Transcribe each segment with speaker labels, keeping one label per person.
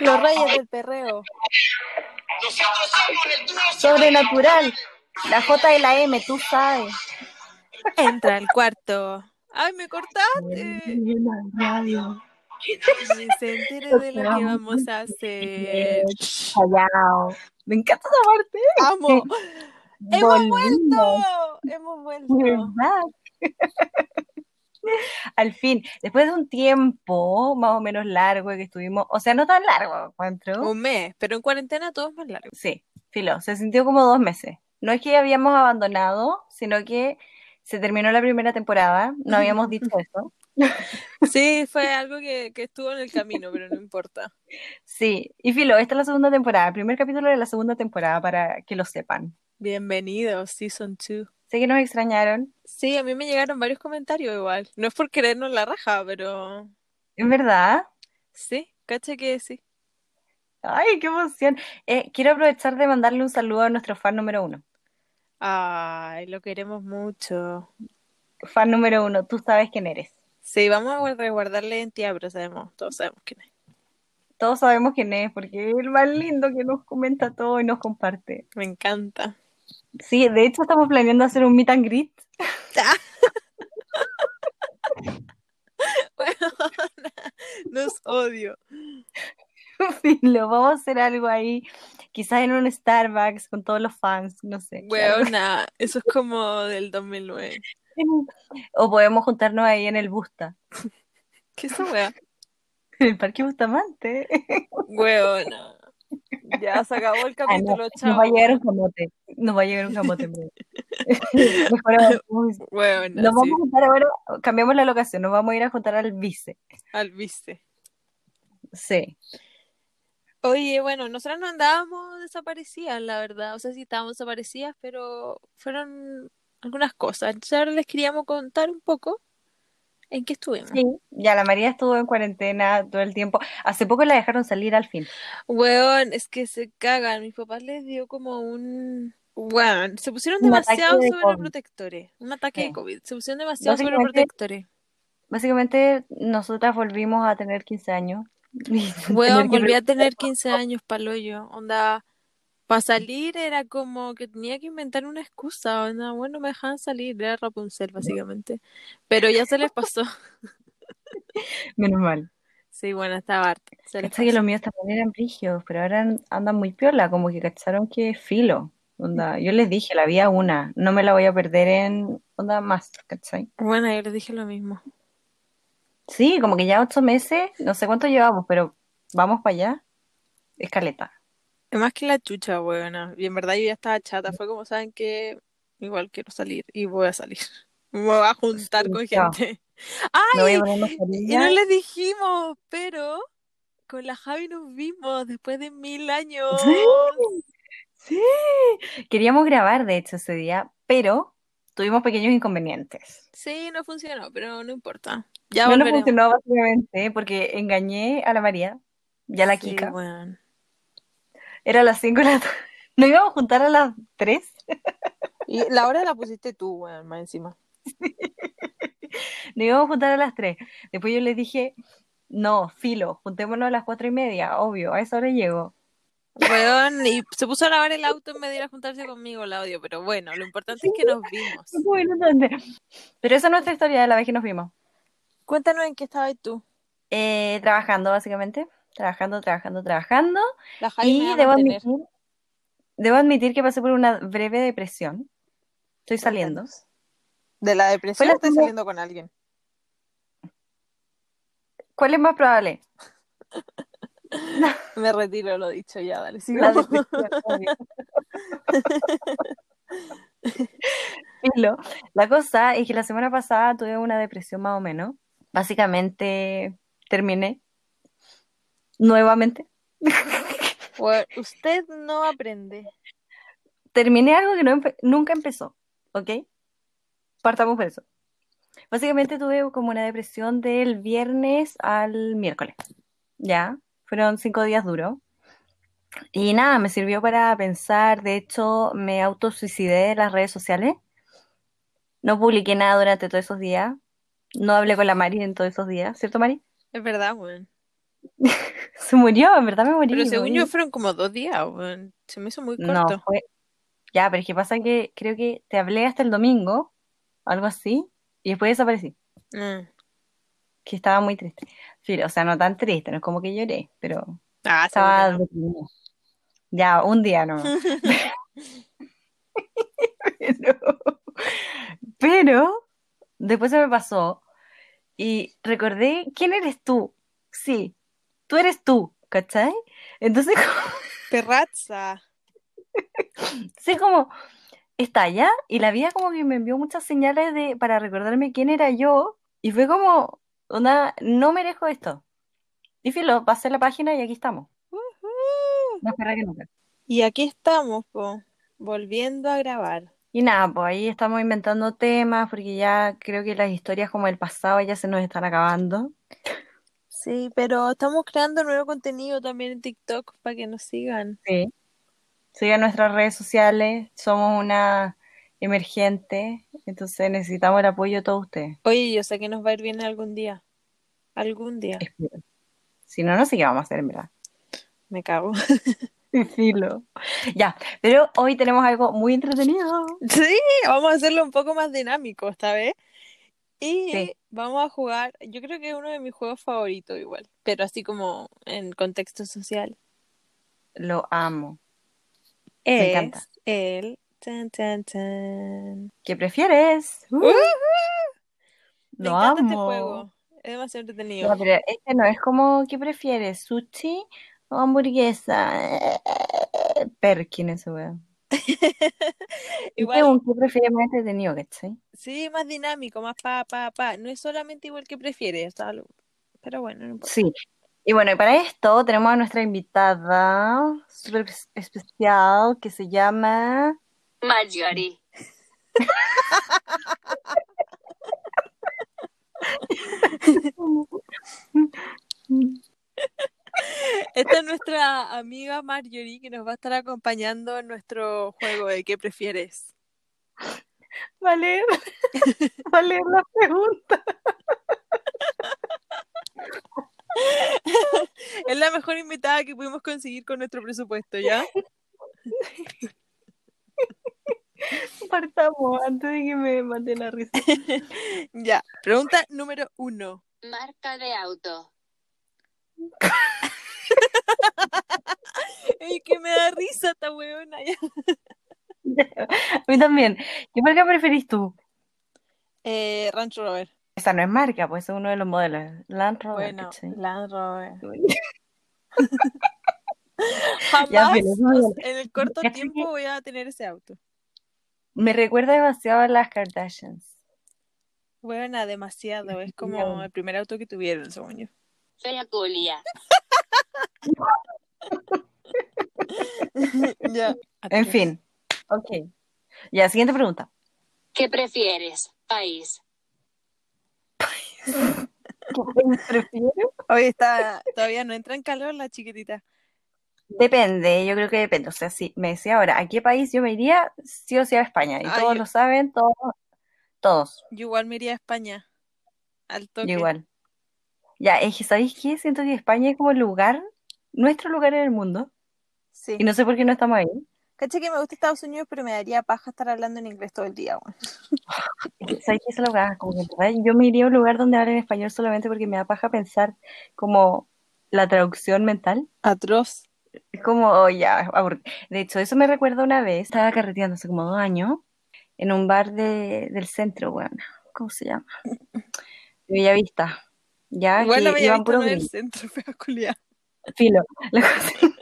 Speaker 1: Los reyes del perreo.
Speaker 2: Nosotros somos el dúo
Speaker 1: Sobrenatural. La J y la M, tú sabes.
Speaker 3: Entra al cuarto. Ay, me cortaste.
Speaker 1: Radio.
Speaker 3: Y se entere de lo que vamos a hacer.
Speaker 1: Callao. Me encanta esa parte.
Speaker 3: ¡Vamos! ¡Hemos
Speaker 1: Volvimos.
Speaker 3: vuelto! ¡Hemos vuelto!
Speaker 1: ¿Verdad? Al fin, después de un tiempo más o menos largo que estuvimos, o sea, no tan largo, encuentro.
Speaker 3: Un mes, pero en cuarentena todo es más largo.
Speaker 1: Sí, filo, se sintió como dos meses. No es que habíamos abandonado, sino que se terminó la primera temporada, no habíamos dicho eso.
Speaker 3: Sí, fue algo que, que estuvo en el camino, pero no importa.
Speaker 1: Sí, y filo, esta es la segunda temporada, el primer capítulo de la segunda temporada para que lo sepan.
Speaker 3: Bienvenidos, Season 2.
Speaker 1: Sé que nos extrañaron,
Speaker 3: Sí, a mí me llegaron varios comentarios igual. No es por querernos la raja, pero
Speaker 1: es verdad.
Speaker 3: sí, cacha que sí.
Speaker 1: Ay, qué emoción. Eh, quiero aprovechar de mandarle un saludo a nuestro fan número uno.
Speaker 3: Ay, lo queremos mucho.
Speaker 1: Fan número uno, tú sabes quién eres.
Speaker 3: Sí, vamos a resguardar la identidad, pero sabemos, todos sabemos quién es.
Speaker 1: Todos sabemos quién es, porque es el más lindo que nos comenta todo y nos comparte.
Speaker 3: Me encanta.
Speaker 1: Sí, de hecho estamos planeando hacer un meet and greet.
Speaker 3: Bueno, nos odio.
Speaker 1: Filo, vamos a hacer algo ahí, quizás en un Starbucks con todos los fans, no sé.
Speaker 3: Weona, eso es como del 2009.
Speaker 1: O podemos juntarnos ahí en el Busta,
Speaker 3: ¿Qué es esa wea?
Speaker 1: en el Parque Bustamante.
Speaker 3: Weona. Ya se acabó el
Speaker 1: Ah,
Speaker 3: capítulo,
Speaker 1: no, nos va a
Speaker 3: chao.
Speaker 1: llegar un camote, nos va a llegar un camote. amigo. Mejor avancemos.
Speaker 3: Weona,
Speaker 1: Nos
Speaker 3: sí,
Speaker 1: vamos a juntar ahora, cambiamos la locación, nos vamos a ir a juntar al vice.
Speaker 3: al viste.
Speaker 1: Sí.
Speaker 3: Oye, bueno, nosotras no andábamos desaparecidas, la verdad. O sea, sí estábamos desaparecidas, pero fueron algunas cosas. Entonces ahora les queríamos contar un poco en qué estuvimos.
Speaker 1: Sí, ya la María estuvo en cuarentena todo el tiempo. Hace poco la dejaron salir al fin.
Speaker 3: Weón, es que se cagan. Mis papás les dio como un... Weón, se pusieron
Speaker 1: Un ataque
Speaker 3: demasiado
Speaker 1: de COVID.
Speaker 3: sobreprotectores. Un ataque de
Speaker 1: Sí.
Speaker 3: COVID. Se pusieron demasiado
Speaker 1: Básicamente-
Speaker 3: sobreprotectores.
Speaker 1: Básicamente, nosotras volvimos a tener 15 años. Y
Speaker 3: Weón,
Speaker 1: tener que
Speaker 3: volví a tener 15 años, paloyo. Onda, para salir era como que tenía que inventar una excusa. Onda, bueno, me dejaban salir, era Rapunzel, básicamente. Pero ya se les pasó.
Speaker 1: Menos mal.
Speaker 3: Sí, bueno, estaba harta. Se les
Speaker 1: Cacha que
Speaker 3: pasó.
Speaker 1: los míos también eran brigios, pero ahora an- andan muy piola, como que cacharon que filo. Onda, yo les dije, la vi a una, no me la voy a perder en onda más, ¿cachai?
Speaker 3: Bueno, yo les dije lo mismo.
Speaker 1: Sí, como que ya ocho meses, no sé cuánto llevamos, pero vamos para allá. Escaleta.
Speaker 3: Es más que la chucha, weón. Y en verdad yo ya estaba chata. Fue como, ¿saben que Igual quiero salir y voy a salir. Me voy a juntar
Speaker 1: Sí,
Speaker 3: con
Speaker 1: chao.
Speaker 3: gente.
Speaker 1: Me voy
Speaker 3: ¡Ay!
Speaker 1: a poner
Speaker 3: Y
Speaker 1: mascarilla.
Speaker 3: no les dijimos, pero con la Javi nos vimos después de mil años.
Speaker 1: Sí, queríamos grabar de hecho ese día, pero tuvimos pequeños inconvenientes.
Speaker 3: Sí, no funcionó, pero no importa. Ya
Speaker 1: No nos
Speaker 3: volveremos.
Speaker 1: funcionó básicamente porque engañé a la María y a la
Speaker 3: Sí,
Speaker 1: Kika.
Speaker 3: weón.
Speaker 1: Era las 5 de la tarde. Nos íbamos a juntar a las 3.
Speaker 3: Y la hora la pusiste tú, weón, más encima.
Speaker 1: Nos íbamos a juntar a las 3. Después yo les dije, no, filo, juntémonos a las 4 y media, obvio, a esa hora llego.
Speaker 3: Weón, y se puso a lavar el auto en vez de ir a juntarse conmigo, la odio. Pero bueno, lo importante es que nos vimos.
Speaker 1: Bueno, entonces- Pero esa es nuestra historia de la vez que nos vimos.
Speaker 3: Cuéntanos en qué estabas tú.
Speaker 1: Eh, trabajando, básicamente. Trabajando, trabajando, trabajando.
Speaker 3: La Javi me va
Speaker 1: Y
Speaker 3: a
Speaker 1: debo
Speaker 3: mantener.
Speaker 1: admitir, debo admitir que pasé por una breve depresión. Estoy saliendo.
Speaker 3: Cuéntanos. De la
Speaker 1: Fue
Speaker 3: depresión
Speaker 1: la
Speaker 3: estoy
Speaker 1: primera-
Speaker 3: saliendo con alguien.
Speaker 1: ¿Cuál es más probable?
Speaker 3: Me retiro lo dicho, ya, dale.
Speaker 1: La
Speaker 3: sigamos.
Speaker 1: depresión, obvio. Filo. La cosa es que la semana pasada tuve una depresión más o menos. Básicamente terminé nuevamente.
Speaker 3: Weón, usted no aprende.
Speaker 1: Terminé algo que no empe- nunca empezó, ¿ok? Partamos por eso. Básicamente tuve como una depresión del viernes al miércoles, ¿ya? Fueron cinco días duros. Y nada, me sirvió para pensar, de hecho, me autosuicidé en las redes sociales. No publiqué nada durante todos esos días. No hablé con la Mari en todos esos días, ¿cierto, Mari?
Speaker 3: Es verdad, weón.
Speaker 1: Se murió, en verdad me morí.
Speaker 3: Pero según
Speaker 1: morí.
Speaker 3: yo fueron como dos días, weón. Se me hizo muy
Speaker 1: No,
Speaker 3: corto.
Speaker 1: fue- Ya, pero es que pasa que creo que te hablé hasta el domingo, algo así, y después desaparecí,
Speaker 3: Mm.
Speaker 1: que estaba muy triste. Sí, o sea, no tan triste, no es como que lloré, pero
Speaker 3: Ah,
Speaker 1: estaba
Speaker 3: seguro.
Speaker 1: deprimida. Ya, un día nomás. Pero, pero después se me pasó y recordé quién eres tú. Sí, tú eres tú, ¿cachai? Entonces,
Speaker 3: Perraza.
Speaker 1: sí, como estallá y la vida como que me envió muchas señales de, para recordarme quién era yo y fue como, onda, no merezco esto. Y filo, pasé la página y aquí estamos.
Speaker 3: Ujú.
Speaker 1: Más perra que nunca.
Speaker 3: Y aquí estamos, po, volviendo a grabar.
Speaker 1: Y nada, pues ahí estamos inventando temas porque ya creo que las historias como el pasado ya se nos están acabando.
Speaker 3: Sí, pero estamos creando nuevo contenido también en TikTok para que nos sigan.
Speaker 1: Sí. Sigan nuestras redes sociales, somos una emergente, entonces necesitamos el apoyo de todos ustedes.
Speaker 3: Oye, yo sé que nos va a ir bien algún día. Algún día.
Speaker 1: Espero. Si no, no sé qué vamos a hacer, en verdad.
Speaker 3: Me cago.
Speaker 1: Filo. Ya, pero hoy tenemos algo muy entretenido.
Speaker 3: Sí, vamos a hacerlo un poco más dinámico esta vez. Y
Speaker 1: Sí.
Speaker 3: vamos a jugar, yo creo que es uno de mis juegos favoritos igual, pero así como en contexto social.
Speaker 1: Lo amo. Me encanta.
Speaker 3: Es el... Tan, tan, tan.
Speaker 1: ¿Qué prefieres? Uh,
Speaker 3: ¡Uh! Me
Speaker 1: lo
Speaker 3: encanta este
Speaker 1: amo.
Speaker 3: juego. Es demasiado entretenido.
Speaker 1: Ya, pero este no es como, ¿qué prefieres? ¿Sushi o hamburguesa? Perkin, ese weón. Este es
Speaker 3: Igual,
Speaker 1: un ¿qué prefieres más entretenido, ¿cachai?
Speaker 3: sí, más dinámico, más pa, pa, pa. No es solamente igual que prefieres, o sea, lo- pero bueno, no importa.
Speaker 1: Sí. Y bueno, y para esto tenemos a nuestra invitada súper es- especial que se llama...
Speaker 2: Marjorie.
Speaker 3: Esta es nuestra amiga Marjorie que nos va a estar acompañando en nuestro juego de qué prefieres.
Speaker 1: Va a leer, va a leer la pregunta.
Speaker 3: Es la mejor invitada que pudimos conseguir con nuestro presupuesto, ¿ya?
Speaker 1: Partamos antes de que me mate la risa.
Speaker 3: Ya. Pregunta número uno.
Speaker 2: Marca de auto.
Speaker 3: Ey, que me da risa esta weona. ya.
Speaker 1: A mí también. ¿Qué marca preferís tú?
Speaker 3: Eh, Rancho Rover.
Speaker 1: Esa no es marca, pues es uno de los modelos. Land Rover,
Speaker 3: Ah, Bueno,
Speaker 1: ¿cachai?
Speaker 3: Land Rover.
Speaker 1: Ya,
Speaker 3: Jamás
Speaker 1: pero eso es-
Speaker 3: o sea, en el corto
Speaker 1: ¿cachai que
Speaker 3: tiempo voy a tener ese auto.
Speaker 1: me recuerda demasiado a las Kardashians.
Speaker 3: Buena, demasiado. Es como el primer auto que tuvieron, según yo.
Speaker 2: Fea culia.
Speaker 3: Ya.
Speaker 1: En fin. Ok. Ya, siguiente pregunta.
Speaker 2: ¿Qué prefieres? País.
Speaker 1: ¿Qué prefieres?
Speaker 3: Hoy está, todavía no entra en calor la chiquitita.
Speaker 1: Depende, yo creo que depende. O sea, si me decía ahora, ¿a qué país yo me iría? Sí o sí a España. Y
Speaker 3: Ay,
Speaker 1: todos
Speaker 3: yo-
Speaker 1: lo saben, todos, todos.
Speaker 3: Yo igual me iría a España, al
Speaker 1: Yo
Speaker 3: toque.
Speaker 1: igual. Ya, es que, ¿sabéis qué? Siento que España es como el lugar, nuestro lugar en el mundo.
Speaker 3: Sí.
Speaker 1: Y no sé por qué no estamos ahí.
Speaker 3: Caché que me gusta Estados Unidos, pero me daría paja estar hablando en inglés todo el día, weón.
Speaker 1: Es que, ¿sabéis qué es lo que hago? Como que, en verdad, yo me iría a un lugar donde hablen español solamente porque me da paja pensar como la traducción mental.
Speaker 3: Atroz.
Speaker 1: Es como, oh, ya, aburr- De hecho, eso me recuerda una vez, estaba carreteando hace como dos años en un bar de, del centro, weón. ¿Cómo se llama? De Bellavista. Ya,
Speaker 3: Igual la
Speaker 1: Ah, que
Speaker 3: Bellavista
Speaker 1: iban puros
Speaker 3: no es el
Speaker 1: gringos.
Speaker 3: centro, fea culiá.
Speaker 1: Filo. La cosa-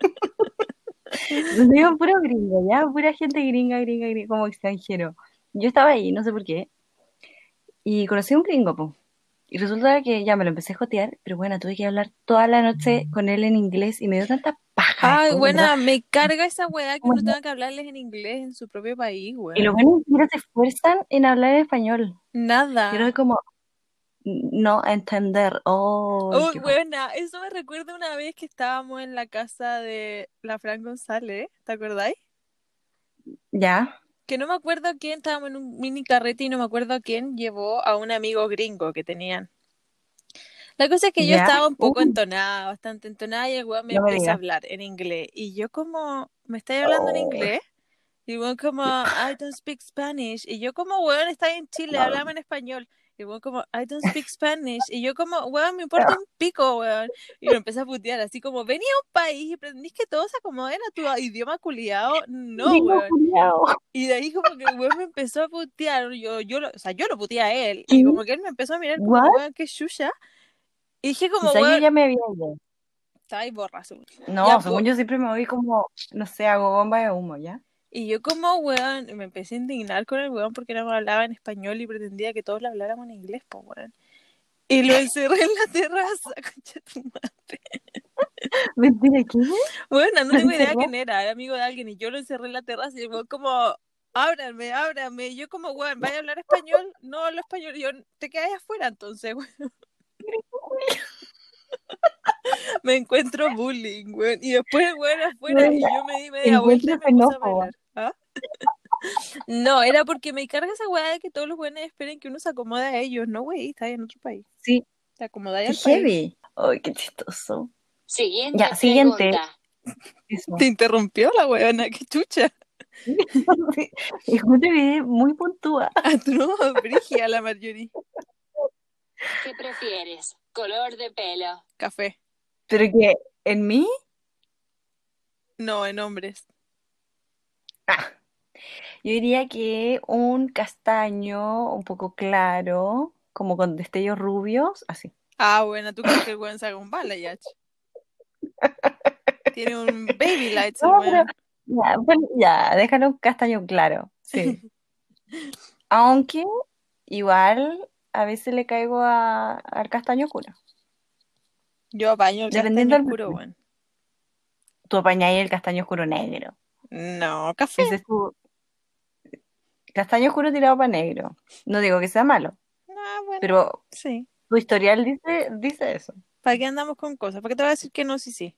Speaker 1: Donde iban puros gringos, ya, pura gente gringa, gringa, gringa, como extranjero. Yo estaba ahí, no sé por qué, y conocí a un gringo, po. Y resulta que ya me lo empecé a jotear, pero bueno, tuve que hablar toda la noche con él en inglés y me dio tanta paja
Speaker 3: Ay,
Speaker 1: después, en verdad.
Speaker 3: buena, me carga esa weá que
Speaker 1: Como
Speaker 3: uno
Speaker 1: que-
Speaker 3: tenga que hablarles en inglés en su propio país,
Speaker 1: Y lo
Speaker 3: weón.
Speaker 1: bueno es que ni siquiera se esfuerzan en hablar en español. Yo era
Speaker 3: Nada.
Speaker 1: como, no entender. Oh,
Speaker 3: Uy,
Speaker 1: qué paja.
Speaker 3: buena, eso me recuerda una vez que estábamos en la casa de la Fran González, ¿te acordáis?
Speaker 1: Ya,
Speaker 3: Que no me acuerdo quién, estábamos en un mini carrete y no me acuerdo quién llevó a un amigo gringo que tenían. La cosa es que yo
Speaker 1: Ya.
Speaker 3: estaba un poco
Speaker 1: Uh.
Speaker 3: entonada, bastante entonada, y el weón me
Speaker 1: No me
Speaker 3: empieza a
Speaker 1: digas.
Speaker 3: hablar en inglés. Y yo como, ¿me estáis hablando en
Speaker 1: Oh.
Speaker 3: inglés? Y el weón como, I don't speak Spanish. Y yo como, weón, está en Chile,
Speaker 1: No.
Speaker 3: hablame en español. Y el weón como, I don't speak Spanish. Y yo como, weón, me importa un pico, weón. Y lo empecé a putear, así como, venía a un país y pretendís que todos se acomoden a tu idioma culiao. No,
Speaker 1: Niño
Speaker 3: weón.
Speaker 1: culiao.
Speaker 3: Y de ahí como que el weón me empezó a putear, yo, yo lo, o sea, yo lo puteé a él, y
Speaker 1: ¿Qué?
Speaker 3: como que él me empezó a mirar como,
Speaker 1: What?
Speaker 3: weón, qué chucha, y dije como,
Speaker 1: Quizá yo
Speaker 3: weón,
Speaker 1: ya me había ido.
Speaker 3: está ahí borrazo.
Speaker 1: No,
Speaker 3: Ya,
Speaker 1: según
Speaker 3: po.
Speaker 1: yo siempre me voy como, no sé, hago bomba de humo, ¿ya?
Speaker 3: Y yo como, weón, me empecé a indignar con el weón porque no me hablaba en español y pretendía que todos le habláramos en inglés, pues, weón. Y lo encerré en la terraza, concha tu madre.
Speaker 1: Mentira, ¿qué?
Speaker 3: Bueno, no tengo idea
Speaker 1: encerró?
Speaker 3: quién era, era amigo de alguien, y yo lo encerré en la terraza y el weón como, ábrame, ábrame. Y yo como, weón, ¿vaya a hablar español? No hablo español, y yo, te quedas afuera entonces, weón. Me encuentro bullying, weón. Y después el weón afuera y yo me di media vuelta y me puse
Speaker 1: Encuentro
Speaker 3: a
Speaker 1: fenófobo.
Speaker 3: bailar. ¿Ah? No, era porque me carga esa weá de que todos los weones esperen que uno se acomode a ellos. No, wey, está ahí en otro país.
Speaker 1: Sí,
Speaker 3: Te acomodáis
Speaker 1: qué
Speaker 3: al país.
Speaker 1: heavy. Ay, qué chistoso.
Speaker 2: Siguiente
Speaker 1: Ya, siguiente.
Speaker 2: pregunta.
Speaker 1: Eso.
Speaker 3: Te interrumpió la weona, qué chucha.
Speaker 1: Es un video muy puntúa.
Speaker 3: A tu Ah, no, Brigia, la Marjorie.
Speaker 2: ¿Qué prefieres? ¿Color de pelo?
Speaker 3: Café.
Speaker 1: Pero que en mí,
Speaker 3: No, en hombres.
Speaker 1: ah, yo diría que un castaño un poco claro, como con destellos rubios, así.
Speaker 3: Ah, bueno, tú crees que el weón se haga un balayage. Tiene un baby lights el
Speaker 1: No, pero-
Speaker 3: weón.
Speaker 1: Ya, bueno, ya, déjalo un castaño claro, sí. Aunque igual a veces le caigo a- al castaño oscuro.
Speaker 3: Yo apaño el
Speaker 1: Dependiendo
Speaker 3: castaño
Speaker 1: del-
Speaker 3: oscuro, weón.
Speaker 1: Tú apañáis el castaño oscuro negro.
Speaker 3: No, café.
Speaker 1: Ese es tu castaño oscuro tirado para negro. No digo que sea malo,
Speaker 3: No, Ah, bueno,
Speaker 1: pero
Speaker 3: sí.
Speaker 1: tu historial dice, dice eso.
Speaker 3: ¿Para qué andamos con cosas? ¿Para qué te voy a decir que no, sí, sí?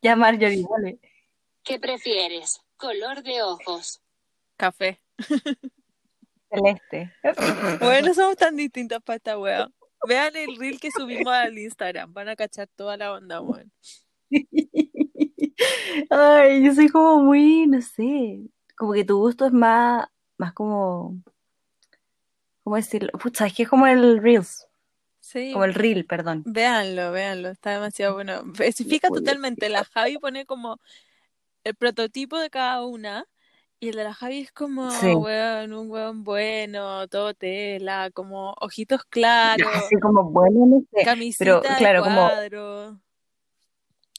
Speaker 1: Ya Marjorie, vuelve.
Speaker 2: ¿Qué prefieres? ¿Color de ojos?
Speaker 3: Café.
Speaker 1: Celeste.
Speaker 3: Bueno, somos tan distintas para esta wea. Vean el reel que subimos al Instagram. Van a cachar toda la onda, weón.
Speaker 1: Ay, yo soy como muy, no sé, como que tu gusto es más, más como, ¿cómo decirlo? Pucha, es que es como el Reels,
Speaker 3: Sí.
Speaker 1: como el Reel, perdón.
Speaker 3: Véanlo, véanlo. Está demasiado bueno. Especifica totalmente. La Javi pone como el prototipo de cada una. Y el de la Javi es como, "Oh,
Speaker 1: Sí.
Speaker 3: weón, un weón bueno, todo tela, como ojitos claros,
Speaker 1: Así como, bueno, no sé,
Speaker 3: camisita
Speaker 1: pero
Speaker 3: de
Speaker 1: claro, como,
Speaker 3: cuadro.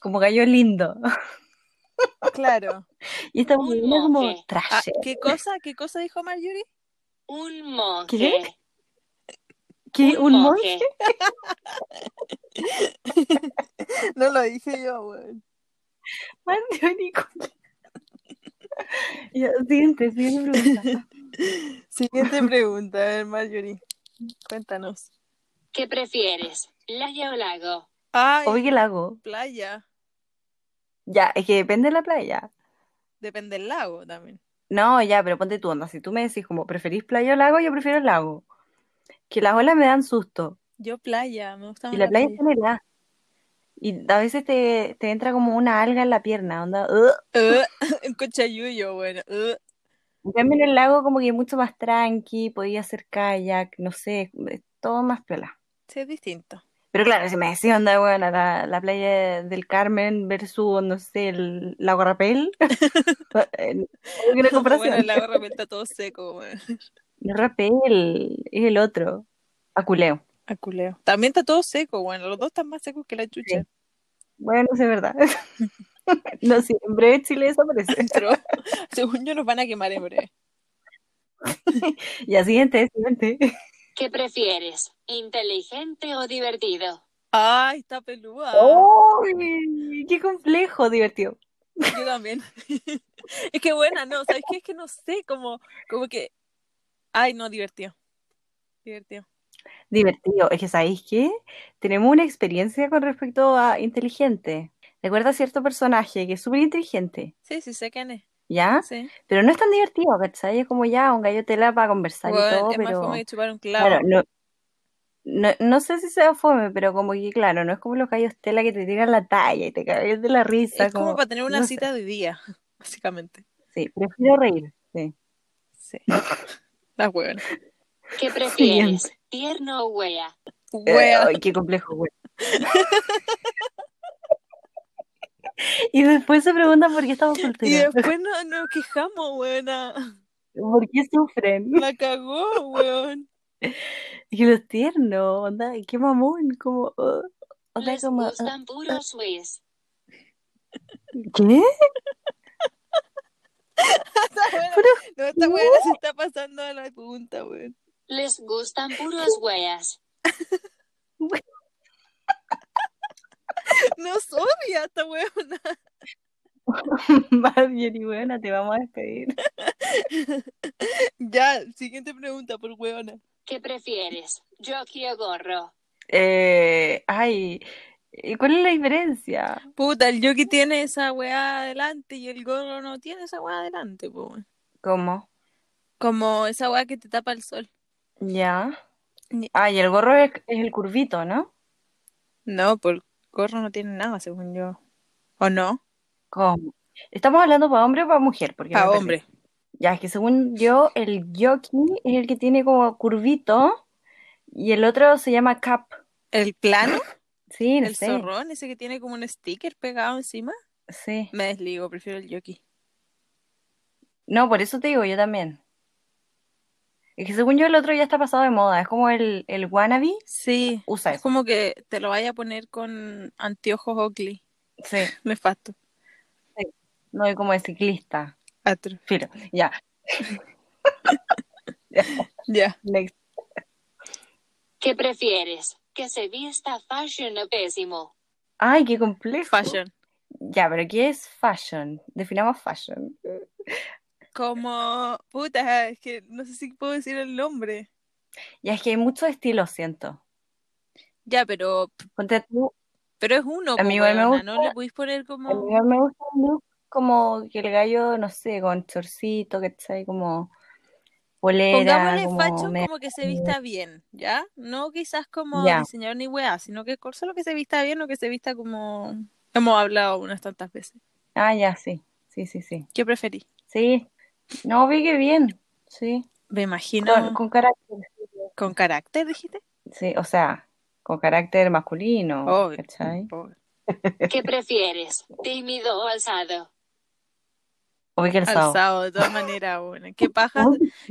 Speaker 1: como gallo lindo.
Speaker 3: Claro.
Speaker 1: Y esta
Speaker 2: Un
Speaker 1: mujer era como
Speaker 2: monje.
Speaker 3: Ah,
Speaker 1: trash.
Speaker 3: ¿qué cosa? ¿Qué cosa dijo Marjorie?
Speaker 2: Un monje.
Speaker 1: ¿Qué? ¿Qué?
Speaker 2: Ah, Un,
Speaker 1: ¿Un monje?
Speaker 2: monje.
Speaker 3: No lo dije yo, weón.
Speaker 1: Marjorie, con- Ya, Siguiente, siguiente pregunta.
Speaker 3: Siguiente pregunta, a ver, Marjorie. Cuéntanos.
Speaker 2: ¿Qué prefieres? ¿Playa o lago?
Speaker 3: Ay,
Speaker 1: Oye, el lago.
Speaker 3: playa.
Speaker 1: Ya, es que depende de la playa.
Speaker 3: Depende del lago también.
Speaker 1: No, ya, pero ponte tú onda. Si tú me decís como, ¿preferís playa o lago? Yo prefiero el lago. Que las olas me dan susto.
Speaker 3: Yo playa, me gusta
Speaker 1: Y
Speaker 3: más
Speaker 1: la
Speaker 3: la
Speaker 1: playa
Speaker 3: playa.
Speaker 1: está helada. Y a veces te, te entra como una alga en la pierna, onda. ugh.
Speaker 3: Eh, en Cochayuyo, bueno. eh.
Speaker 1: En cambio, en el lago como que es mucho más tranqui, podía hacer kayak, no sé, es todo más piola.
Speaker 3: sí, es distinto.
Speaker 1: Pero claro, si me decís, onda, bueno, la, la playa del Carmen versus, no sé, el lago Rapel, eh, obvio que no hay
Speaker 3: Bueno, el
Speaker 1: comparación.
Speaker 3: lago realmente está todo seco, bueno.
Speaker 1: El Rapel es el otro, Aculeo.
Speaker 3: A culeo. También está todo seco, bueno. Los dos están más secos que la chucha.
Speaker 1: Bueno, sí, es verdad. No, sí, en breve Chile desaparece.
Speaker 3: Pero, según yo, nos van a quemar en breve.
Speaker 1: Ya, siguiente, siguiente.
Speaker 2: ¿Qué prefieres? ¿Inteligente o divertido?
Speaker 3: Ay, está peluda.
Speaker 1: Oh. ¡Uy! ¡Qué complejo, divertido!
Speaker 3: Yo también. Es que buena, no, ¿sabes qué? Es que no sé, como, como que. Ay, no, divertido. Divertido.
Speaker 1: Divertido. Es que, ¿sabéis qué? Tenemos una experiencia con respecto a inteligente. Recuerda a cierto personaje que es súper inteligente,
Speaker 3: Sí, sí, sé quién es.
Speaker 1: ¿ya?
Speaker 3: Sí.
Speaker 1: Pero no es tan divertido, ¿cachai? Es como ya un gallo tela para conversar y
Speaker 3: Bueno,
Speaker 1: todo,
Speaker 3: es más fome
Speaker 1: pero
Speaker 3: que chupar un clavo.
Speaker 1: claro, no, No, no sé si sea fome, pero como que, claro, no es como los gallos tela que te tiran la talla y te caes de la risa.
Speaker 3: Es como para tener una
Speaker 1: no sé.
Speaker 3: cita de día, básicamente.
Speaker 1: Sí, prefiero reír. Sí.
Speaker 3: Sí. Las hueonas.
Speaker 2: ¿Qué prefieres? ¿Tierno o wea?
Speaker 1: Eh,
Speaker 3: Hueá.
Speaker 1: ay, qué complejo, güey. y después se preguntan por qué estamos
Speaker 3: Y
Speaker 1: solteros.
Speaker 3: después no- nos quejamos, hueona.
Speaker 1: ¿Por qué sufren?
Speaker 3: La cagó, hueón.
Speaker 1: Y los tiernos, onda, qué mamón, como. uh, onda,
Speaker 2: Les
Speaker 1: como. uh,
Speaker 2: gustan puros weas.
Speaker 1: ¿Qué?
Speaker 3: Esta hueona- no, esta hueona se está pasando a la punta, hueón.
Speaker 2: Les gustan puros weas.
Speaker 3: Nos odia esta hueona.
Speaker 1: Más bien, y buena, te vamos a despedir.
Speaker 3: Ya, siguiente pregunta por hueona.
Speaker 2: ¿Qué prefieres? ¿Jockey o gorro?
Speaker 1: Eh, ay, ¿y ¿cuál es la diferencia?
Speaker 3: Puta, el Yoki tiene esa hueá adelante y el gorro no tiene esa hueá adelante, po, hueón.
Speaker 1: ¿Cómo?
Speaker 3: Como esa hueá que te tapa el sol.
Speaker 1: Ya.
Speaker 3: Ni-
Speaker 1: Ah, y el gorro es, es el curvito, ¿no?
Speaker 3: No, por gorro no tiene nada, según yo. ¿O no?
Speaker 1: ¿Cómo? ¿Estamos hablando para hombre o para mujer? Porque
Speaker 3: A
Speaker 1: me perdí.
Speaker 3: hombre.
Speaker 1: Ya, es que según yo, el jockey es el que tiene como curvito y el otro se llama cap.
Speaker 3: ¿El plano?
Speaker 1: Sí, no
Speaker 3: ¿El
Speaker 1: sé.
Speaker 3: zorrón? Ese que tiene como un sticker pegado encima.
Speaker 1: Sí.
Speaker 3: Me desligo, prefiero el Yoki.
Speaker 1: No, por eso te digo, yo también. Es que según yo, el otro ya está pasado de moda. Es como el, el wannabe.
Speaker 3: Sí,
Speaker 1: Usa
Speaker 3: es
Speaker 1: eso.
Speaker 3: como que te lo vaya a poner con anteojos Oakley.
Speaker 1: Sí.
Speaker 3: Nefasto.
Speaker 1: No hay como de ciclista.
Speaker 3: Atro.
Speaker 1: Filo. Ya.
Speaker 3: Ya.
Speaker 1: Next.
Speaker 2: ¿Qué prefieres? ¿Que se vista fashion o pésimo?
Speaker 1: Ay, qué complejo.
Speaker 3: Fashion.
Speaker 1: Ya, pero ¿qué es fashion? Definamos fashion.
Speaker 3: Como. Puta, es que no sé si puedo decir el nombre.
Speaker 1: Ya es que hay muchos estilos, siento.
Speaker 3: Ya, pero,
Speaker 1: Ponte tú,
Speaker 3: pero es uno,
Speaker 1: A mí
Speaker 3: po,
Speaker 1: igual me
Speaker 3: weona,
Speaker 1: gusta-
Speaker 3: No le podéis poner
Speaker 1: a mí
Speaker 3: como.
Speaker 1: igual me gusta un look como que el gallo, no sé, con chorcito, ¿cachai? Como polera,
Speaker 3: Pongámosle
Speaker 1: como...
Speaker 3: fashion
Speaker 1: media-
Speaker 3: como que se vista bien, ¿ya? No quizás como
Speaker 1: Ya.
Speaker 3: diseñador ni weá, sino que con- solo que se vista bien o que se vista como. Hemos hablado unas tantas veces.
Speaker 1: Ah, ya, sí. Sí, sí, sí.
Speaker 3: ¿Qué preferís?
Speaker 1: Sí. No, vi que bien. Sí.
Speaker 3: Me imagino.
Speaker 1: Con,
Speaker 3: Con,
Speaker 1: con carácter.
Speaker 3: carácter, dijiste.
Speaker 1: Sí, o sea, con carácter masculino,
Speaker 3: Obvio.
Speaker 1: ¿cachai?
Speaker 3: Pobre.
Speaker 2: ¿Qué prefieres? ¿Tímido o alzado?
Speaker 1: O vi que el sábado.
Speaker 3: Alzado, de todas maneras, bueno. ¿Qué paja,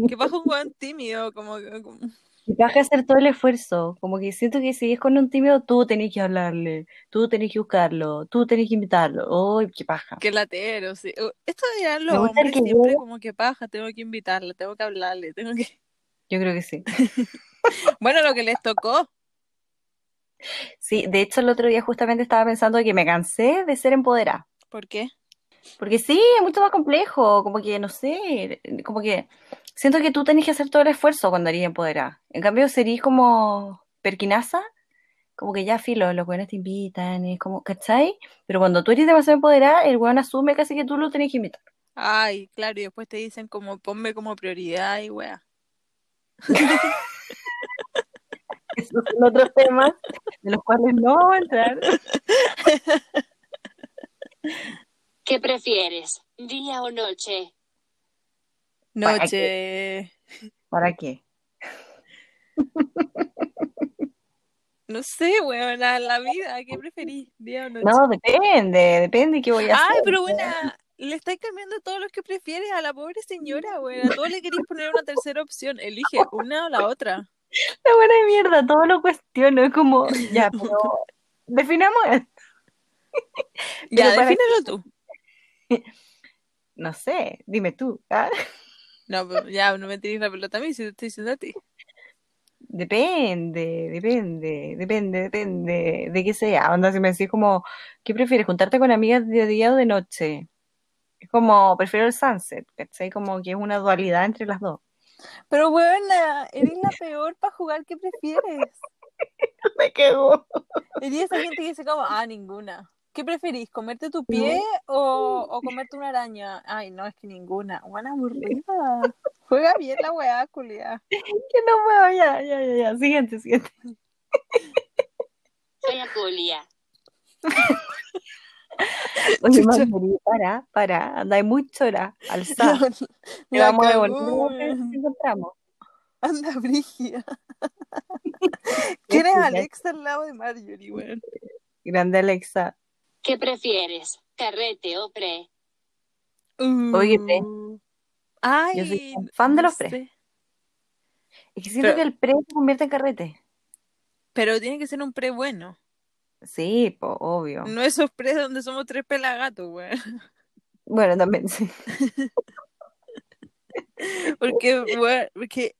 Speaker 3: qué paja un weón tímido? Como, como-
Speaker 1: Y vas a hacer todo el esfuerzo, como que siento que si es con un tímido, tú tenés que hablarle, tú tenés que buscarlo, tú tenés que invitarlo. ¡Uy, qué paja!
Speaker 3: que latero, sí. Uh, Esto dirán los
Speaker 1: Me gusta el
Speaker 3: hombres
Speaker 1: que
Speaker 3: siempre
Speaker 1: llega.
Speaker 3: como que paja, tengo que invitarle, tengo que hablarle, tengo que...
Speaker 1: Yo creo que sí.
Speaker 3: Bueno, lo que les tocó.
Speaker 1: Sí, de hecho el otro día justamente estaba pensando que me cansé de ser empoderada.
Speaker 3: ¿Por qué?
Speaker 1: Porque sí, es mucho más complejo, como que no sé, como que siento que tú tenés que hacer todo el esfuerzo cuando eres empoderada. En cambio, serís como perquinaza, como que ya filo, los buenos te invitan, es como, ¿cachai? Pero cuando tú eres demasiado empoderada, el weón asume casi que tú lo tenés que invitar.
Speaker 3: Ay, claro, y después te dicen como ponme como prioridad y wea.
Speaker 1: Esos son otros temas de los cuales no vamos a entrar.
Speaker 2: ¿Qué prefieres? ¿Día o noche?
Speaker 1: ¿Para
Speaker 3: Noche.
Speaker 1: ¿Para qué?
Speaker 3: No sé, weón, la, la vida, ¿qué preferís? ¿Día o noche?
Speaker 1: No, depende, depende qué voy a hacer.
Speaker 3: Ay, pero bueno, le estáis cambiando todos los que prefieres a la pobre señora, weón. A todos le queréis poner una tercera opción. Elige una o la otra.
Speaker 1: La buena mierda, todo lo cuestiono, es como, ya, pero definamos esto.
Speaker 3: Ya,
Speaker 1: Pero para-
Speaker 3: defínelo tú.
Speaker 1: No sé, dime tú. ¿ah?
Speaker 3: No, pero ya, no me tiréis la pelota a mí si te estoy diciendo a ti.
Speaker 1: Depende, depende, depende, depende de qué sea. Onda, si me decís como, ¿qué prefieres, juntarte con amigas de día o de noche? Es como, prefiero el sunset, ¿cachai? Como que es una dualidad entre las dos.
Speaker 3: Pero weona, eres la peor para jugar ¿qué prefieres.
Speaker 1: Me quedo.
Speaker 3: Eres esa gente que dice como, ah, ninguna. ¿Qué preferís, comerte tu pie o, o comerte una araña? Ay, no, es que ninguna. Buena aburrida. Juega bien la weá, culia.
Speaker 1: Que no puedo, ya, ya, ya, ya. Siguiente, siguiente.
Speaker 2: Julia.
Speaker 1: Oye,
Speaker 3: Chucha.
Speaker 1: Marjorie, para, para, andáis muy chora, alzada.
Speaker 3: La-
Speaker 1: Te
Speaker 3: la
Speaker 1: vamos a
Speaker 3: cagó,
Speaker 1: devolver lo que
Speaker 3: weón.
Speaker 1: encontramos.
Speaker 3: Anda, brígida. ¿Quién es
Speaker 1: Chucha.
Speaker 3: Alexa al lado de Marjorie, weón?
Speaker 1: Este, Grande Alexa.
Speaker 2: ¿Qué prefieres? ¿Carrete o pre?
Speaker 1: Oye, pre.
Speaker 3: Uh. Ay,
Speaker 1: Yo soy fan de
Speaker 3: no
Speaker 1: los pre.
Speaker 3: sé.
Speaker 1: Es que siento
Speaker 3: Pero-
Speaker 1: que el pre se convierte en carrete.
Speaker 3: Pero tiene que ser un pre bueno.
Speaker 1: Sí, po, obvio.
Speaker 3: No esos pre donde somos tres pelagatos, weón.
Speaker 1: Bueno, también sí.
Speaker 3: Porque, weón, porque.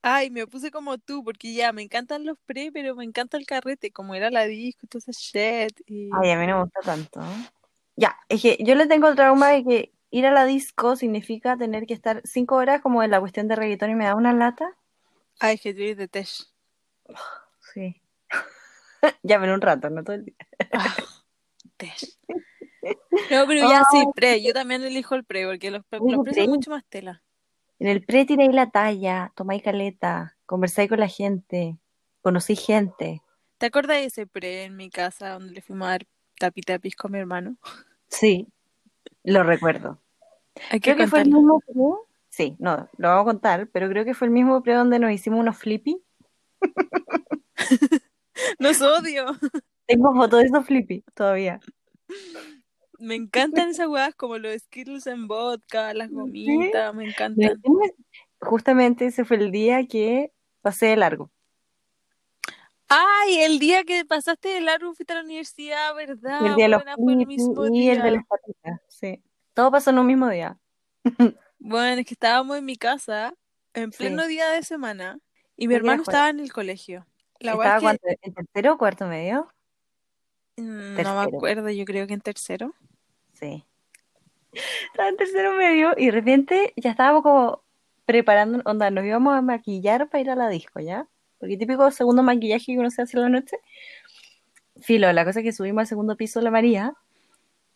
Speaker 3: Ay, me puse como tú, porque ya me encantan los pre, pero me encanta el carrete, como era la disco y todo ese shit. y-
Speaker 1: Ay, a mí no me gusta tanto. Ya, es que yo le tengo el trauma de que ir a la disco significa tener que estar cinco horas como en la cuestión de reggaetón y me da una lata.
Speaker 3: Ay, es que tú eres de Tesh.
Speaker 1: Sí. Ya, pero un rato, no todo el día.
Speaker 3: Ah, Tesh. No, pero ya sí, pre. Yo también elijo el pre, porque los, pre-
Speaker 1: Oye,
Speaker 3: los pre
Speaker 1: pre.
Speaker 3: son mucho más tela.
Speaker 1: En el pre tiráis la talla, tomáis caleta, conversáis con la gente, conocí gente.
Speaker 3: ¿Te acuerdas de ese pre en mi casa donde le fuimos a dar tapitapis con mi hermano?
Speaker 1: Sí, lo recuerdo.
Speaker 3: Hay que
Speaker 1: Creo que fue el
Speaker 3: contarlo.
Speaker 1: mismo pre. Sí, no, lo vamos a contar, pero creo que fue el mismo pre donde nos hicimos unos flippy.
Speaker 3: Nos odio.
Speaker 1: Tengo fotos de esos flippy todavía.
Speaker 3: Me encantan esas huevas como los Skittles en vodka, las gomitas, me encantan.
Speaker 1: Justamente ese fue el día que pasé de largo.
Speaker 3: Ay, el día que pasaste de largo fuiste a la universidad, ¿verdad?
Speaker 1: El día de los
Speaker 3: Buena, fue el
Speaker 1: flippy
Speaker 3: mismo
Speaker 1: y el de
Speaker 3: día.
Speaker 1: las patitas, sí. Todo pasó en un mismo día.
Speaker 3: Bueno, es que estábamos en mi casa en
Speaker 1: Sí.
Speaker 3: pleno día de semana y mi
Speaker 1: ¿Qué
Speaker 3: hermano
Speaker 1: día fue?
Speaker 3: estaba en el colegio. La hueá
Speaker 1: ¿Estaba
Speaker 3: es que
Speaker 1: cuánto? ¿En tercero o cuarto medio?
Speaker 3: mm, no me
Speaker 1: Tercero.
Speaker 3: acuerdo, yo creo que en tercero.
Speaker 1: Sí. Estaba en tercero medio y de repente ya estábamos como preparando, onda, nos íbamos a maquillar para ir a la disco, ¿ya? Porque típico segundo maquillaje que uno se hace en la noche. Filo, la cosa es que subimos al segundo piso la María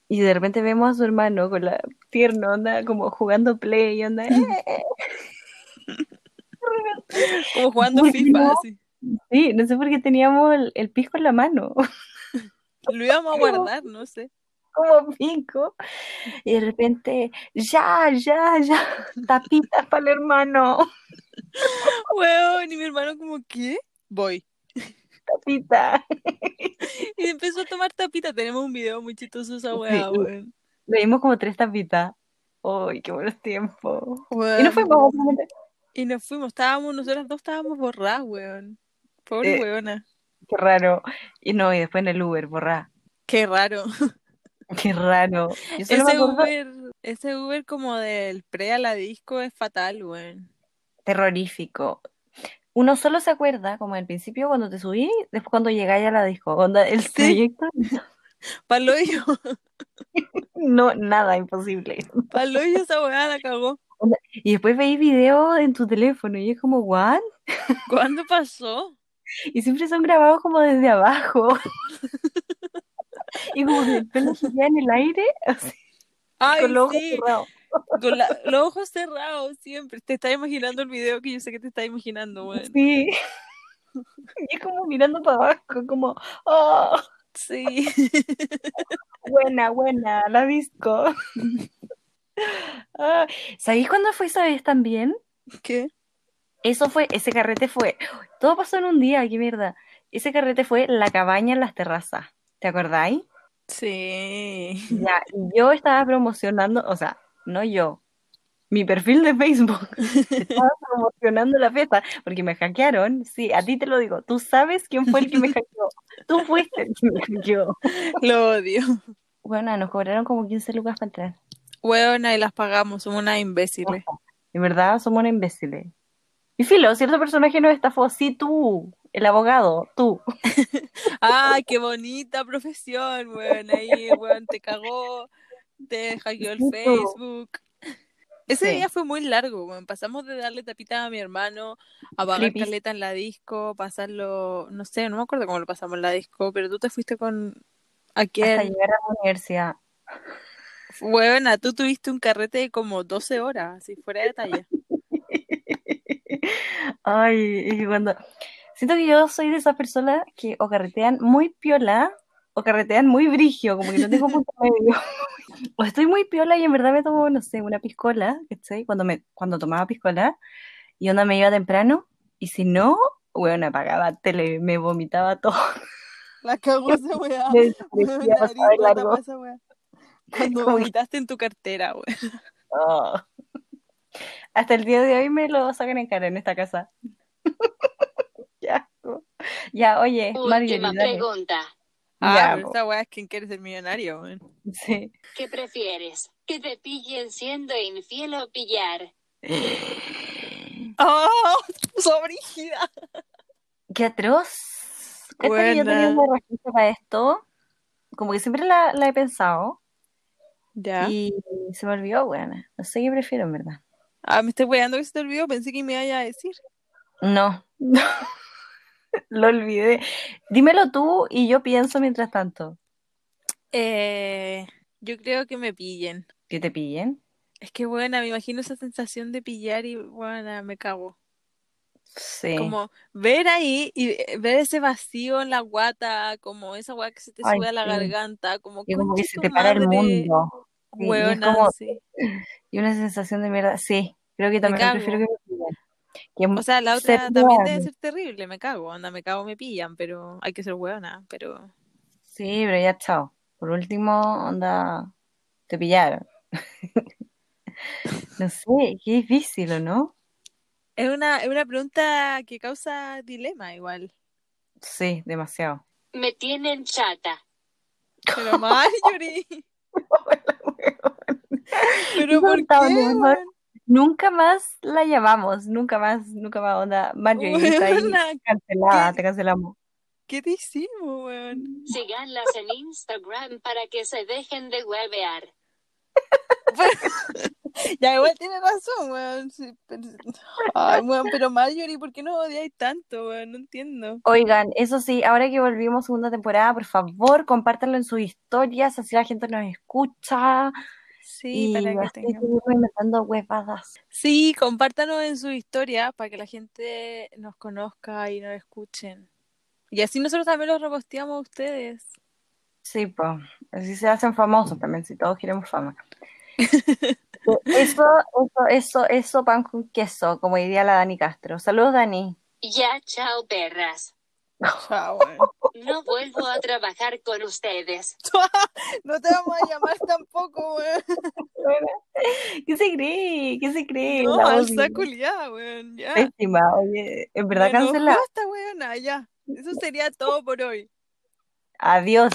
Speaker 1: y de repente vemos a su hermano con la pierna, onda, como jugando play, onda. eh, eh.
Speaker 3: Como jugando
Speaker 1: Muy
Speaker 3: FIFA,
Speaker 1: bien.
Speaker 3: así.
Speaker 1: Sí, no sé por qué teníamos el, el pisco en la mano,
Speaker 3: Lo íbamos a guardar, no sé.
Speaker 1: como pico. Y de repente, ya, ya, ya, tapitas para el hermano.
Speaker 3: Weón, y mi hermano como, ¿qué? Voy.
Speaker 1: tapita.
Speaker 3: Y empezó a tomar tapita. Tenemos un video muy chistoso de esa weá,
Speaker 1: Sí.
Speaker 3: weón.
Speaker 1: Le dimos como tres tapitas. ¡Ay, qué buenos tiempos! Y
Speaker 3: Weón,
Speaker 1: no fue más, obviamente.
Speaker 3: y nos fuimos, estábamos, nosotras dos estábamos borradas, weón. Pobre
Speaker 1: Eh.
Speaker 3: weona.
Speaker 1: Qué raro. Y no, y después en el Uber, borrá.
Speaker 3: Qué raro.
Speaker 1: Qué raro. Yo solo me
Speaker 3: Ese
Speaker 1: acuerdo
Speaker 3: Uber, ese Uber como del pre a la disco es fatal, weón.
Speaker 1: terrorífico. Uno solo se acuerda, como al principio cuando te subí, después cuando llegáis a la disco. Onda, el
Speaker 3: Sí.
Speaker 1: trayecto,
Speaker 3: Paloyo,
Speaker 1: no, nada, imposible.
Speaker 3: Paloyo esa weá la cagó.
Speaker 1: Y después veis video en tu teléfono y es como, ¿what?
Speaker 3: ¿Cuándo pasó?
Speaker 1: Y siempre son grabados como desde abajo. Y como que el pelo se queda en el aire, así,
Speaker 3: Ay,
Speaker 1: con los ojos
Speaker 3: sí,
Speaker 1: cerrados.
Speaker 3: con la- los ojos cerrados siempre. Te estás imaginando el video que yo sé que te estás imaginando, weón.
Speaker 1: Sí. Y es como mirando para abajo, como, oh,
Speaker 3: Sí.
Speaker 1: buena, buena, la disco. Ah, ¿Sabéis cuándo fue esa vez también?
Speaker 3: ¿Qué?
Speaker 1: Eso fue, ese carrete fue. Todo pasó en un día, qué mierda. Ese carrete fue la cabaña en las terrazas. ¿Te acordáis?
Speaker 3: Sí.
Speaker 1: Ya, y yo estaba promocionando, o sea, no yo, mi perfil de Facebook. Estaba promocionando la fiesta porque me hackearon. Sí, a ti te lo digo. Tú sabes quién fue el que me hackeó. Tú fuiste el que me hackeó.
Speaker 3: Lo odio.
Speaker 1: Bueno, nos cobraron como 15 lucas para entrar.
Speaker 3: Weona, y las pagamos, somos unas imbéciles.
Speaker 1: pues. En verdad, somos unos imbéciles. Y filo, cierto personaje nos estafó. Sí, tú, el abogado, tú.
Speaker 3: Ah, qué bonita profesión, weón. Ahí, weón, te cagó, te hackeó el
Speaker 1: Sí, po.
Speaker 3: Facebook. Ese
Speaker 1: Sí.
Speaker 3: día fue muy largo, weón. Pasamos de darle tapita a mi hermano, a pagar
Speaker 1: Flipis.
Speaker 3: caleta en la disco, pasarlo, no sé, no me acuerdo cómo lo pasamos en la disco, pero tú te fuiste con... ¿A
Speaker 1: Hasta
Speaker 3: quién?
Speaker 1: llegar a la universidad.
Speaker 3: Weona, tú tuviste un carrete de como 12 horas, si fuera de talla.
Speaker 1: Ay, y cuando. Siento que yo soy de esas personas que o carretean muy piola o carretean muy brigio, como que no tengo punto medio. o estoy muy piola y en verdad me tomo, no sé, una piscola, ¿cachai? Cuando, me, cuando tomaba piscola y onda me iba temprano y si no, weón, apagaba tele, me vomitaba todo.
Speaker 3: La cagó esa weá.
Speaker 1: Me desaparecía,
Speaker 3: Abrí
Speaker 1: pasaba de
Speaker 3: la
Speaker 1: largo.
Speaker 3: tapa esa weá. Cuando
Speaker 1: Como-
Speaker 3: vomitaste en tu cartera, weá.
Speaker 1: Oh.
Speaker 3: Ah.
Speaker 1: Hasta el día de hoy me lo sacan en cara en esta casa. Qué asco. Ya, oye,
Speaker 2: Última
Speaker 1: Marjorie, dale.
Speaker 2: pregunta.
Speaker 1: Ya,
Speaker 3: Ah, pero
Speaker 1: po.
Speaker 3: esa weá es quien quiere ser millonario, weón.
Speaker 1: Sí.
Speaker 2: ¿Qué prefieres? ¿Que te pillen siendo infiel o pillar?
Speaker 3: ¡Oh! ¡Sobrígida!
Speaker 1: Qué atroz. Esta que yo tenía
Speaker 3: Buena.
Speaker 1: una respuesta para esto, como que siempre la, la he pensado
Speaker 3: Ya.
Speaker 1: y se me olvidó, bueno, no sé qué prefiero en verdad.
Speaker 3: Ah, me estoy weando que se te olvidó. Pensé que me iba a decir.
Speaker 1: No, no, lo olvidé. Dímelo tú y yo pienso mientras tanto.
Speaker 3: Eh, yo creo que me pillen.
Speaker 1: ¿Que te pillen?
Speaker 3: Es que, buena, me imagino esa sensación de pillar y, buena, me cago.
Speaker 1: Sí.
Speaker 3: Como ver ahí y eh, ver ese vacío en la guata, como esa guata que se te
Speaker 1: Ay,
Speaker 3: sube a la
Speaker 1: sí.
Speaker 3: garganta, como
Speaker 1: Y como que
Speaker 3: "Conche
Speaker 1: se
Speaker 3: tu
Speaker 1: te para el
Speaker 3: madre".
Speaker 1: mundo. Sí, y es
Speaker 3: Hueona,
Speaker 1: como-
Speaker 3: sí.
Speaker 1: Y una sensación de mierda. Sí, creo que
Speaker 3: Me
Speaker 1: también
Speaker 3: cago.
Speaker 1: prefiero que me pillen. Que
Speaker 3: O sea, la
Speaker 1: ser
Speaker 3: otra también debe
Speaker 1: weón.
Speaker 3: ser terrible, me cago, anda, me cago, me pillan, pero hay que ser hueona, pero
Speaker 1: Sí, pero ya chao. Por último, onda, te pillaron. No sé, qué difícil, ¿o no?
Speaker 3: es una, es una pregunta que causa dilema igual.
Speaker 1: Sí, demasiado.
Speaker 2: Me tienen chata.
Speaker 3: Pero Marjorie, pero
Speaker 1: No,
Speaker 3: ¿por qué?
Speaker 1: estaba en el mar.
Speaker 3: weón?
Speaker 1: Nunca más la llamamos, nunca más, nunca más, onda. Mario, está ahí
Speaker 3: Weona,
Speaker 1: cancelada,
Speaker 3: ¿qué?
Speaker 1: te cancelamos.
Speaker 3: ¿qué te hicimos, weón?
Speaker 2: Síganlas en Instagram para que se dejen de huevear.
Speaker 3: Ya igual tiene razón, weón. sí, pero- Ay, weón, pero Marjorie, ¿por qué no odiáis tanto, weón? No entiendo.
Speaker 1: Oigan, eso sí, ahora que volvimos segunda temporada, por favor, compártanlo en sus historias, así la gente nos escucha.
Speaker 3: Sí,
Speaker 1: Y
Speaker 3: para que
Speaker 1: así
Speaker 3: tengan.
Speaker 1: seguimos inventando huevadas.
Speaker 3: Sí, compártanos en su historia para que la gente nos conozca y nos escuchen. Y así nosotros también los reposteamos a ustedes.
Speaker 1: Sí, pues, así se hacen famosos también, si todos queremos fama. Eso, eso, eso, eso, pan con queso, como diría la Dani Castro. Saludos, Dani.
Speaker 2: Ya, chao, perras.
Speaker 3: Chao, weón.
Speaker 2: No vuelvo a trabajar con ustedes.
Speaker 3: No te vamos a llamar tampoco, weón.
Speaker 1: ¿Qué se cree? ¿Qué se cree?
Speaker 3: No,
Speaker 1: La
Speaker 3: alza
Speaker 1: odio.
Speaker 3: culiada, weón. Ya.
Speaker 1: Pésima, oye, en
Speaker 3: Me
Speaker 1: verdad
Speaker 3: enojó
Speaker 1: cancela.
Speaker 3: esta weona, ya. Eso sería todo por hoy.
Speaker 1: Adiós.